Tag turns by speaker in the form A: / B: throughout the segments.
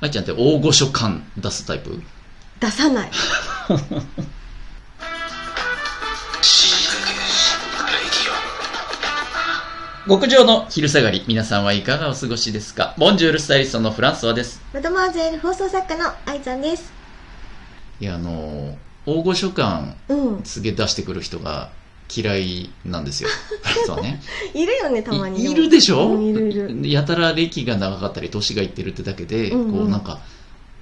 A: まいちゃんって大御所感出すタイプ
B: 出さない
A: 極上の昼下がり、皆さんはいかがお過ごしですかボンジュールスタイリストのフランソワです。
B: マドマーゼル放送作家の愛ちゃんです
A: いや、あのー、大御所感
B: うん
A: すげえ出してくる人が嫌いなん ですよ。フランソワね。
B: いるよねたまに
A: いいるでしょ、
B: うんいるいる
A: やたら歴が長かったり年がいってるってだけで、
B: うんうん
A: こうなんか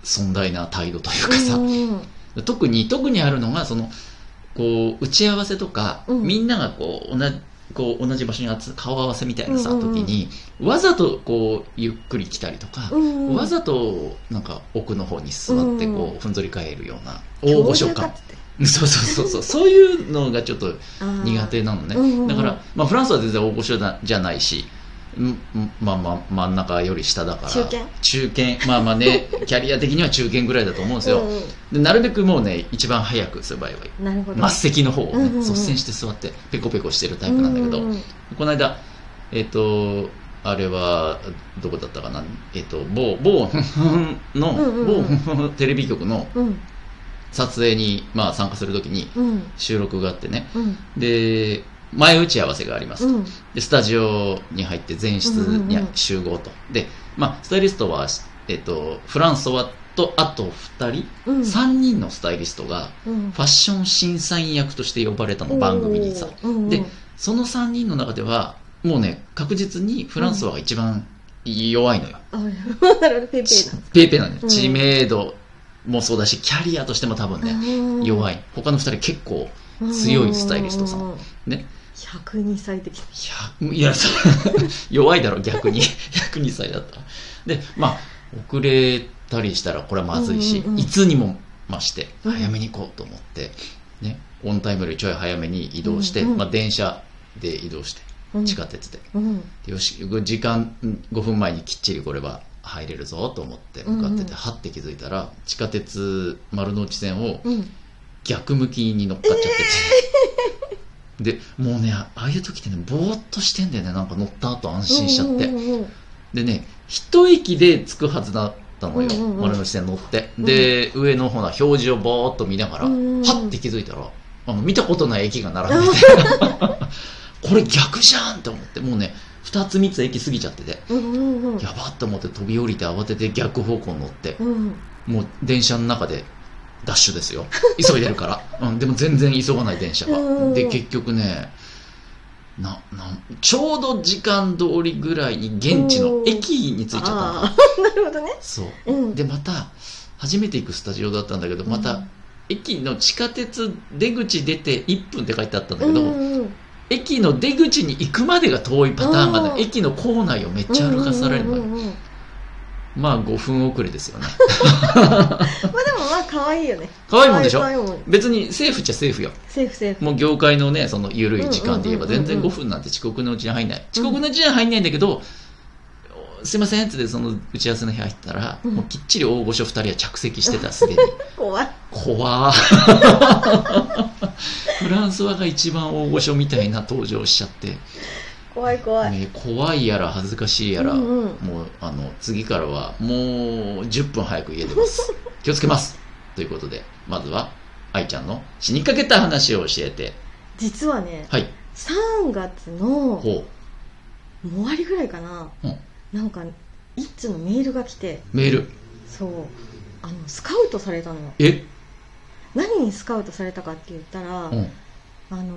A: 尊大な態度というかさ、
B: うん
A: 特に特にあるのがそのこう打ち合わせとか、
B: うん
A: みんながこう同じこう同じ場所に集顔合わせみたいなさ、
B: うんうんうん
A: 時にわざとこうゆっくり来たりとか、
B: うん
A: わざとなんか奥の方に座ってこう、ふんぞり返るような大御所感
B: 恐 竜か
A: そうそうそうそうそういうのがちょっと
B: あー
A: 苦手なのね、
B: うんうんうん
A: だから、まあ、フランスは全然大御所だじゃないし、んんまあまあ、真ん中より下だから
B: 中堅
A: 中堅まあまあ ねキャリア的には中堅ぐらいだと思うんですよ、
B: う
A: でなるべくもうね一番早くそういう場合は
B: んなるほど
A: 末席の方をね、
B: うんうんうん
A: 率先して座ってペコペコしてるタイプなんだけど、
B: うん
A: この間えっ、とあれはどこだったかなえっ、と某某の、
B: うんうんうん
A: 某テレビ局の
B: うん
A: 撮影に、まあ、参加するときに
B: うん
A: 収録があってね
B: うん
A: で前打ち合わせがありますと、
B: うん
A: でスタジオに入って前室に集合と、で、まあ、スタイリストは、えっとフランソワとあと2人、
B: うん
A: 3人のスタイリストが
B: うん
A: ファッション審査員役として呼ばれたの番組にさ
B: うんうん
A: でその3人の中ではもうね確実にフランソワが一番弱いのよ、
B: あなるほどペイペイ
A: ちペーペーなんだよ、
B: うん
A: 知名度もそうだしキャリアとしても多分
B: だ
A: ね、
B: うん
A: 弱い他の2人結構強いスタイリストさん
B: ううう
A: ね
B: 102歳的
A: いや、いや、そう 弱いだろ、逆に。102歳 だったら。で、まあ、遅れたりしたら、これはまずいし、
B: うんうんうん
A: いつにも増して、
B: うん
A: 早めに行こうと思って、ね、オンタイムよりちょい早めに移動して、
B: うんうん
A: まあ、電車で移動して、
B: うん
A: 地下鉄で。
B: うん
A: よし、時間うん5分前にきっちりこれは入れるぞと思って、向かってて、
B: うんうん
A: はって気づいたら、地下鉄丸の内線を
B: うん
A: 逆向きに乗っかっちゃってて、でもうねああいう時ってねぼーっとしてんだよねなんか乗った後安心しちゃって、
B: うんうんうん
A: でね一駅で着くはずだったのよ、
B: うんうんうん
A: 丸の内線乗ってで、上のほら表示をぼーっと見ながら、
B: うんうんうん
A: はって気づいたらあの見たことない駅が並んでて これ逆じゃんって思ってもうね2つ3つ駅過ぎちゃってて
B: うんうんうん
A: やばっと思って飛び降りて慌てて逆方向に乗って
B: うん
A: もう電車の中でダッシュですよ急いでる から、うん、でも全然急がない電車
B: うんう
A: が
B: ん
A: で結局ねななんちょうど時間通りぐらいに現地の駅に着いちゃったの
B: あ
A: か
B: ーなるほどね
A: そううんでまた初めて行くスタジオだったんだけどまた駅の地下鉄出口出て1分って書いてあったんだけど、
B: うんうん
A: 駅の出口に行くまでが遠いパターンがね
B: うん
A: 駅の構内をめっちゃ歩かされるのよ、
B: うんうんうんうん
A: まあ5分遅れですよね
B: まあでもまあ可愛いよね
A: 可愛いもんでしょ
B: 可愛いもん
A: 別にセーフっちゃセーフよ
B: セーフセーフ
A: もう業界のね、その緩い時間で言えば、
B: うんうんうんう
A: 全
B: ん
A: 然5分なんて遅刻のうちに入んない。遅刻のうちには入んないんだけど、すいませんっつって、その打ち合わせの部屋入ったら、
B: うん
A: もうきっちり大御所2人は着席してた、す でに。
B: 怖い
A: 怖ーフランスワが一番大御所みたいな登場しちゃって、
B: 怖い怖い、
A: ね怖いやら恥ずかしいやら、
B: うんうん
A: もう、あの、次からは、もう10分早く家出 ます。気をつけますということで、まずは、愛ちゃんの死にかけた話を教えて、
B: 実はね
A: はい、
B: 3月の
A: ほう。
B: 終わりぐらいかな、
A: うん
B: なんか一通のメールが来て
A: メール
B: そうあのスカウトされたのよ
A: え、
B: 何にスカウトされたかって言ったら、
A: うん、
B: あの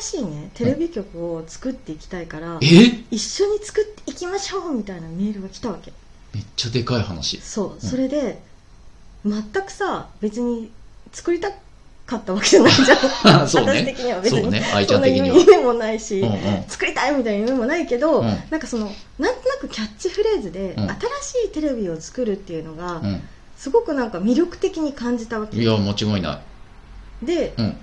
B: 新しいねテレビ局を作っていきたいから、
A: え
B: 一緒に作っていきましょうみたいなメールが来たわけ
A: めっちゃでかい 話
B: そうそれで、全くさ別に作りたかったわけじゃないじゃ ん
A: そうね
B: 私的には別に
A: そうね愛ち
B: そ
A: ゃ
B: ん
A: ん
B: な
A: 的に
B: 夢
A: は
B: 夢もないし、
A: うんうん
B: 作りたいみたいな夢もないけど、
A: うん
B: なんかそのなんとなくキャッチフレーズで、
A: うん
B: 新しいテレビを作るっていうのが、
A: うん
B: すごくなんか魅力的に感じたわ
A: い
B: け
A: や間違いな
B: で
A: いうん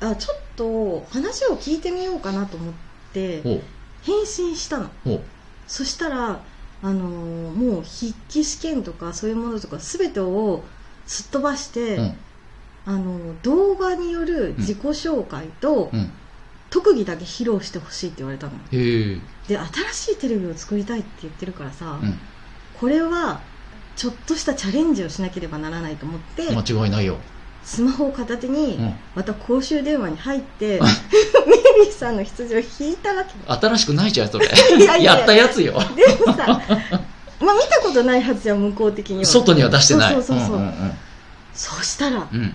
B: あちょっと話を聞いてみようかなと思って
A: ほう
B: 返信したの
A: ほう
B: そしたら、あのーもう筆記試験とかそういうものとか全てをすっ飛ばして、
A: うん
B: あのー動画による自己紹介と、
A: うん
B: 特技だけ披露してほしいって言われたの
A: へえ
B: で新しいテレビを作りたいって言ってるからさ、
A: うん
B: これはちょっとしたチャレンジをしなければならないと思って
A: 間違いないよ。
B: スマホを片手に
A: うん
B: また公衆電話に入ってミミさんの羊を引いたわけ
A: 新しくないじゃん、それ。
B: いやい や
A: やったやつよ。
B: で もさまあ見たことないはずじゃん向こう的には
A: 外には出してない。
B: そうそうそうそう,、
A: んん
B: そうしたら
A: うんうん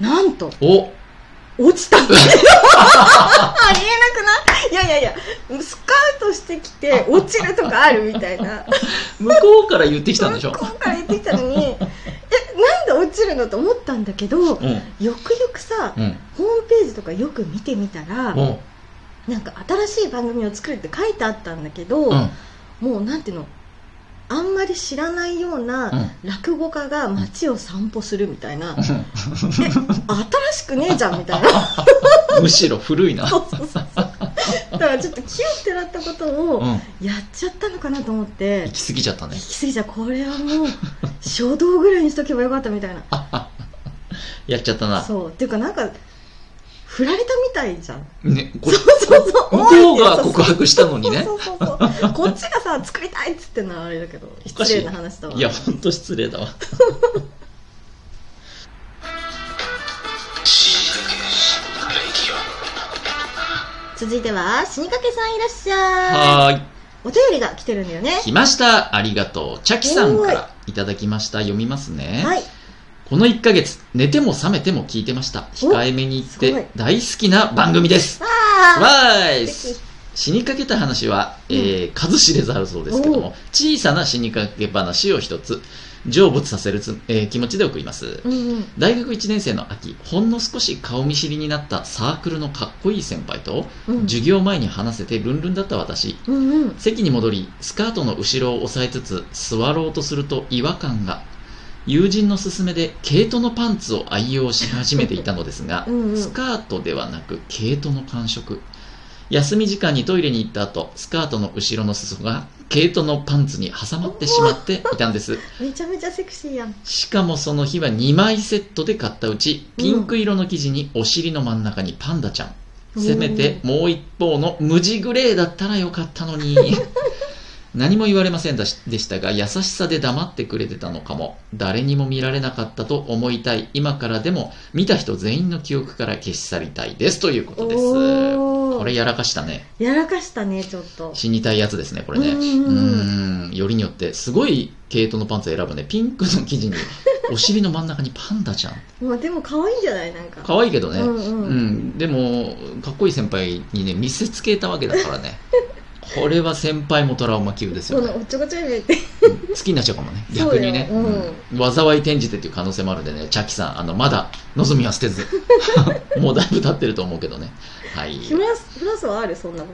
B: なんと
A: お
B: 落 ちたありえなくないいやいやいやスカウトしてきて落ちるとかあるみたいな
A: 向こうから言ってきたんでしょ
B: 向こうから言ってきたのにえなんで落ちるのと思ったんだけどよ
A: う
B: く
A: ん。
B: よくさ
A: うん。
B: ホームページとかよく見てみたら
A: お
B: なんか新しい番組を作るって書いてあったんだけど、
A: うん。
B: もうなんていうのあんまり知らないよう
A: う
B: なん落語家が街を散歩するみたいな、
A: うん
B: 新しくねえじゃんみたいな
A: むしろ古いな。
B: そうそうそうそうだからちょっと気をてらったこと
A: う
B: を
A: ん。
B: やっちゃったのかなと思って
A: 行き過ぎちゃったね
B: 行。き過ぎちゃうこれはもう初動ぐらいにしとけばよかったみたいな
A: やっちゃったな。
B: そうっていうかなんか振られたみたいじゃん
A: ね、こ
B: そうそう
A: 向こうが告白したのにね。
B: そうそうそうそうこっちがさ作りたいっつってんのはあれだけど
A: かしい
B: 失礼な話だわ
A: いや、ほんと失礼だわ。
B: 続いては死にかけさんいらっしゃい
A: はーい。
B: お便りが来てるんだよね
A: 来ました。ありがとう。チャキさんか
B: おー
A: らいただきました。読みますね。
B: はい
A: この1ヶ月、寝ても覚めても聞いてました。控えめに言っ
B: すごい
A: て大好きな番組です。
B: わ
A: わ
B: あ
A: ーい死にかけた話は、えー数知れざるそうですけど
B: お
A: も、小さな死にかけ話を一つ、成仏させるつ、えー気持ちで送ります。
B: うんうん
A: 大学1年生の秋、ほんの少し顔見知りになったサークルのかっこいい先輩と、
B: うん
A: 授業前に話せてルンルンだった私、
B: うんうん
A: 席に戻りスカートの後ろを押さえつつ座ろうとすると違和感が友人の勧めで毛糸のパンツを愛用し始めていたのですが
B: うんうん
A: スカートではなく毛糸の感触休み時間にトイレに行った後スカートの後ろの裾が毛糸のパンツに挟まってしまっていたんです
B: めちゃめちゃセクシーやん
A: しかもその日は2枚セットで買ったうちピンク色の生地にお尻の真ん中にパンダちゃんせめてもう一方の無地グレーだったらよかったのに 何も言われませんでしたが優しさで黙ってくれてたのかも誰にも見られなかったと思いたい今からでも見た人全員の記憶から消し去りたいですということです
B: おー
A: これやらかしたね
B: やらかしたねちょっと
A: 死にたいやつですねこれね
B: う
A: うん
B: うん
A: ーんよりによってすごい系統のパンツ選ぶねピンクの生地 にお尻の真ん中にパンダちゃん
B: まあでも可愛いんじゃないなんか
A: 可愛いけどね、
B: うん
A: う
B: うん
A: ん、でもかっこいい先輩にね見せつけたわけだから ねこれは先輩もトラウマ級です
B: こ
A: よ
B: の
A: ね
B: おっちょこちょいめって
A: うん好きになっちゃうかもね
B: そう
A: 逆
B: だよ
A: にね、
B: う
A: うん災い転じてっていう可能性もあるんでねチャキさんあのまだ望みは捨て ずもうだいぶ経ってると思うけどねはい
B: フラスフラスはあるそんなこ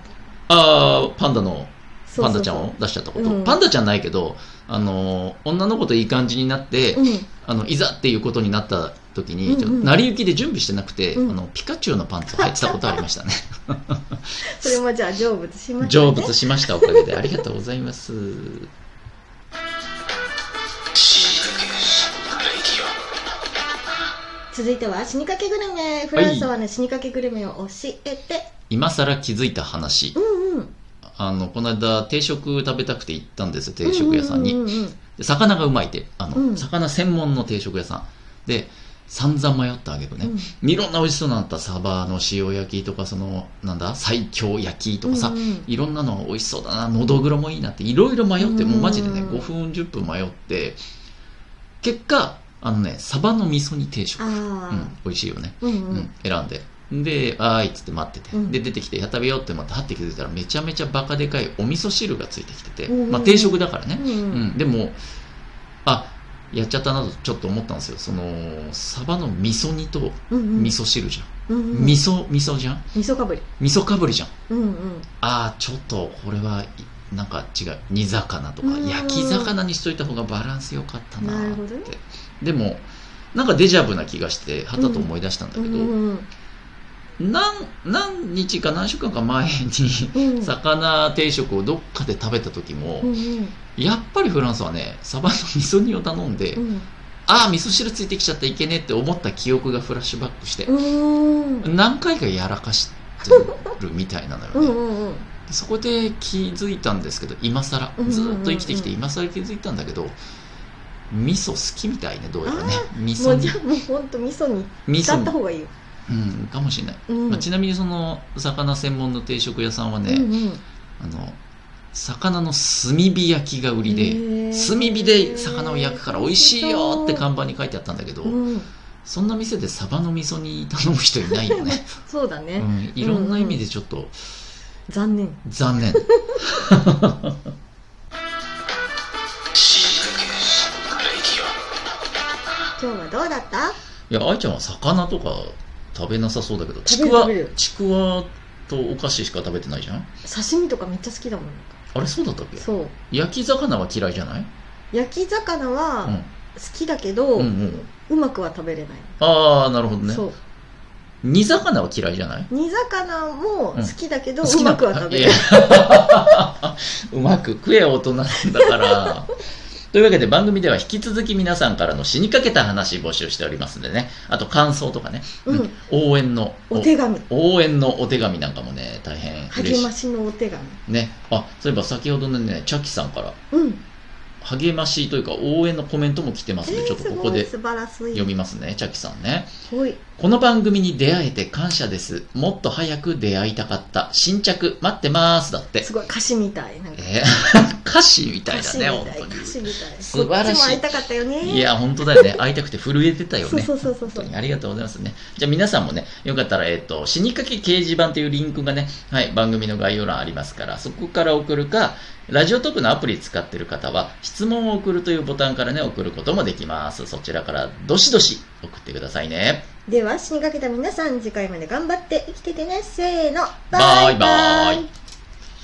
B: と
A: ああパンダの
B: そう
A: パン
B: そ
A: ダ
B: う
A: ち
B: そ
A: ゃ
B: うん
A: を出しちゃったこと
B: うん
A: パンダちゃんないけどあの女の子といい感じになって、あのいざっていうことになった時に、
B: うんうん
A: ちょっと成り行きで準備してなくて、
B: うん
A: あのピカチュウのパンツを履いてたことありましたね
B: うんそれもじ ゃあ成仏しましたね
A: 成仏しましたおかげでありがとうございます
B: 続いては死にかけグルメフランスはね、死にかけグルメを教えて
A: 今更気づいた話
B: うんうん
A: あのこの間定食食べたくて行ったんですよ定食屋さんに、
B: うんうんうん
A: で魚がうまいってあの、
B: うん
A: 魚専門の定食屋さんで散々迷ったあげどね、
B: うん
A: いろんな美味しそうなったサバの塩焼きとかそのなんだ西京焼きとかさ、
B: うんうん
A: いろんなの美味しそうだなのどぐろもいいなっていろいろ迷ってもうマジでね
B: うん
A: 5分10分迷って結果あのねサバの味噌煮定食、うん、
B: あ
A: 美味しいよね、
B: あうんう
A: うんん、選んでで「あーい」っつって待ってて、
B: うん
A: で出てきて「や食べよう」ってまたはって気づいたらめちゃめちゃバカでかいお味噌汁がついてきてて、
B: うん
A: まあ、定食だからね、
B: うんうん
A: うん、でもあやっちゃったなとちょっと思ったんですよそのサバの味噌煮と
B: うんうん
A: 味噌汁じゃん、
B: うんうん
A: 味噌味噌じゃん
B: 味噌かぶり
A: 味噌かぶりじゃん
B: うんうん
A: あーちょっとこれはいなんか違う煮魚とか
B: うん
A: 焼き魚にしといた方がバランス良かったな
B: なる
A: ー
B: ほど
A: っ
B: ね
A: て、でもなんかデジャブな気がしてはたと思い出したんだ
B: う
A: けど、
B: んうん
A: 何何日か何週間か前に
B: うん
A: 魚定食をどっかで食べた時も、
B: うんうん
A: やっぱりフランスはねサバの味噌煮を頼んで、
B: うん
A: ああ味噌汁ついてきちゃったいけねえって思った記憶がフラッシュバックして、
B: うん
A: 何回かやらかしてるみたいなのよね、
B: うんうんうん
A: そこで気づいたんですけど今更
B: うんうんうんうん
A: ずーっと生きてきて今更気づいたんだけど味噌好きみたいねどうやらね味
B: も
A: 噌
B: う
A: に
B: じゃあもうほんと味噌に
A: 味
B: 使
A: 噌
B: った
A: に
B: 方がいいよ、
A: うんかもしれない、
B: うん
A: まあ、ちなみにその魚専門の定食屋さんはね、
B: うんうん
A: あの魚の炭火焼きが売り
B: へ
A: で
B: ー
A: 炭火で魚を焼くから美味しいよって看板に書いてあったんだけど、
B: うん、
A: そんな店でサバの味噌煮頼む人いないよ ね、
B: そうだね、
A: うん、いろんな意味でちょっと
B: 残念
A: 残念
B: 今日はどうだった
A: いや愛ちゃんは魚とか食べなさそうだけどち
B: 食べ
A: く
B: る
A: わ
B: 食べる
A: ちくわとお菓子しか食べてないじゃん
B: 刺身とかめっちゃ好きだもん
A: あれそうだったっけ
B: そう
A: 焼き魚は嫌いじゃない、
B: 焼き魚
A: う
B: は
A: ん
B: 好きだけど、
A: う
B: うん
A: うん、
B: まくは食べれない、
A: ああなるほどね
B: そう
A: 煮魚は嫌いじゃない
B: 煮魚も好きだけど、う
A: 好きな
B: まくは食べれない
A: いや うまく食え大人なんだから というわけで番組では引き続き皆さんからの死にかけた話募集しておりますんでねあと感想とかね、
B: うん
A: うん応援の
B: お手紙
A: 応援のお手紙なんかもね大変嬉
B: 励
A: し
B: ましのお手紙
A: いねあそういえば先ほどのねチャキさんから
B: うん
A: 励ましというか応援のコメントも来てますんで、
B: えー
A: ちょっとここです
B: ごい素晴らしい
A: 読みますねチャキさんね
B: ほい
A: この番組に出会えて感謝ですもっと早く出会いたかった新着待ってますだって
B: すごい歌詞みたいなんか
A: えー 歌詞みたい
B: 歌
A: だ
B: 詞み
A: ね
B: た
A: 本
B: い
A: 当
B: 歌詞みたい
A: 素晴らしい
B: こっちも会いたかったよね
A: にいや本当だよね会いたくて震えてたよ
B: そう
A: ね
B: そうそうそうそ
A: 本
B: う
A: 当にありがとうございますね。じゃあ皆さんもね、よかったら、えっ、と、死にかけ掲示板というリンクがね、はい、番組の概要欄ありますから、そこから送るか、ラジオトークのアプリ使ってる方は、質問を送るというボタンからね、送ることもできます。そちらから、どしどし送ってくださいね。
B: では死にかけた皆さん次回まで頑張って生きててねせーの
A: バイバイ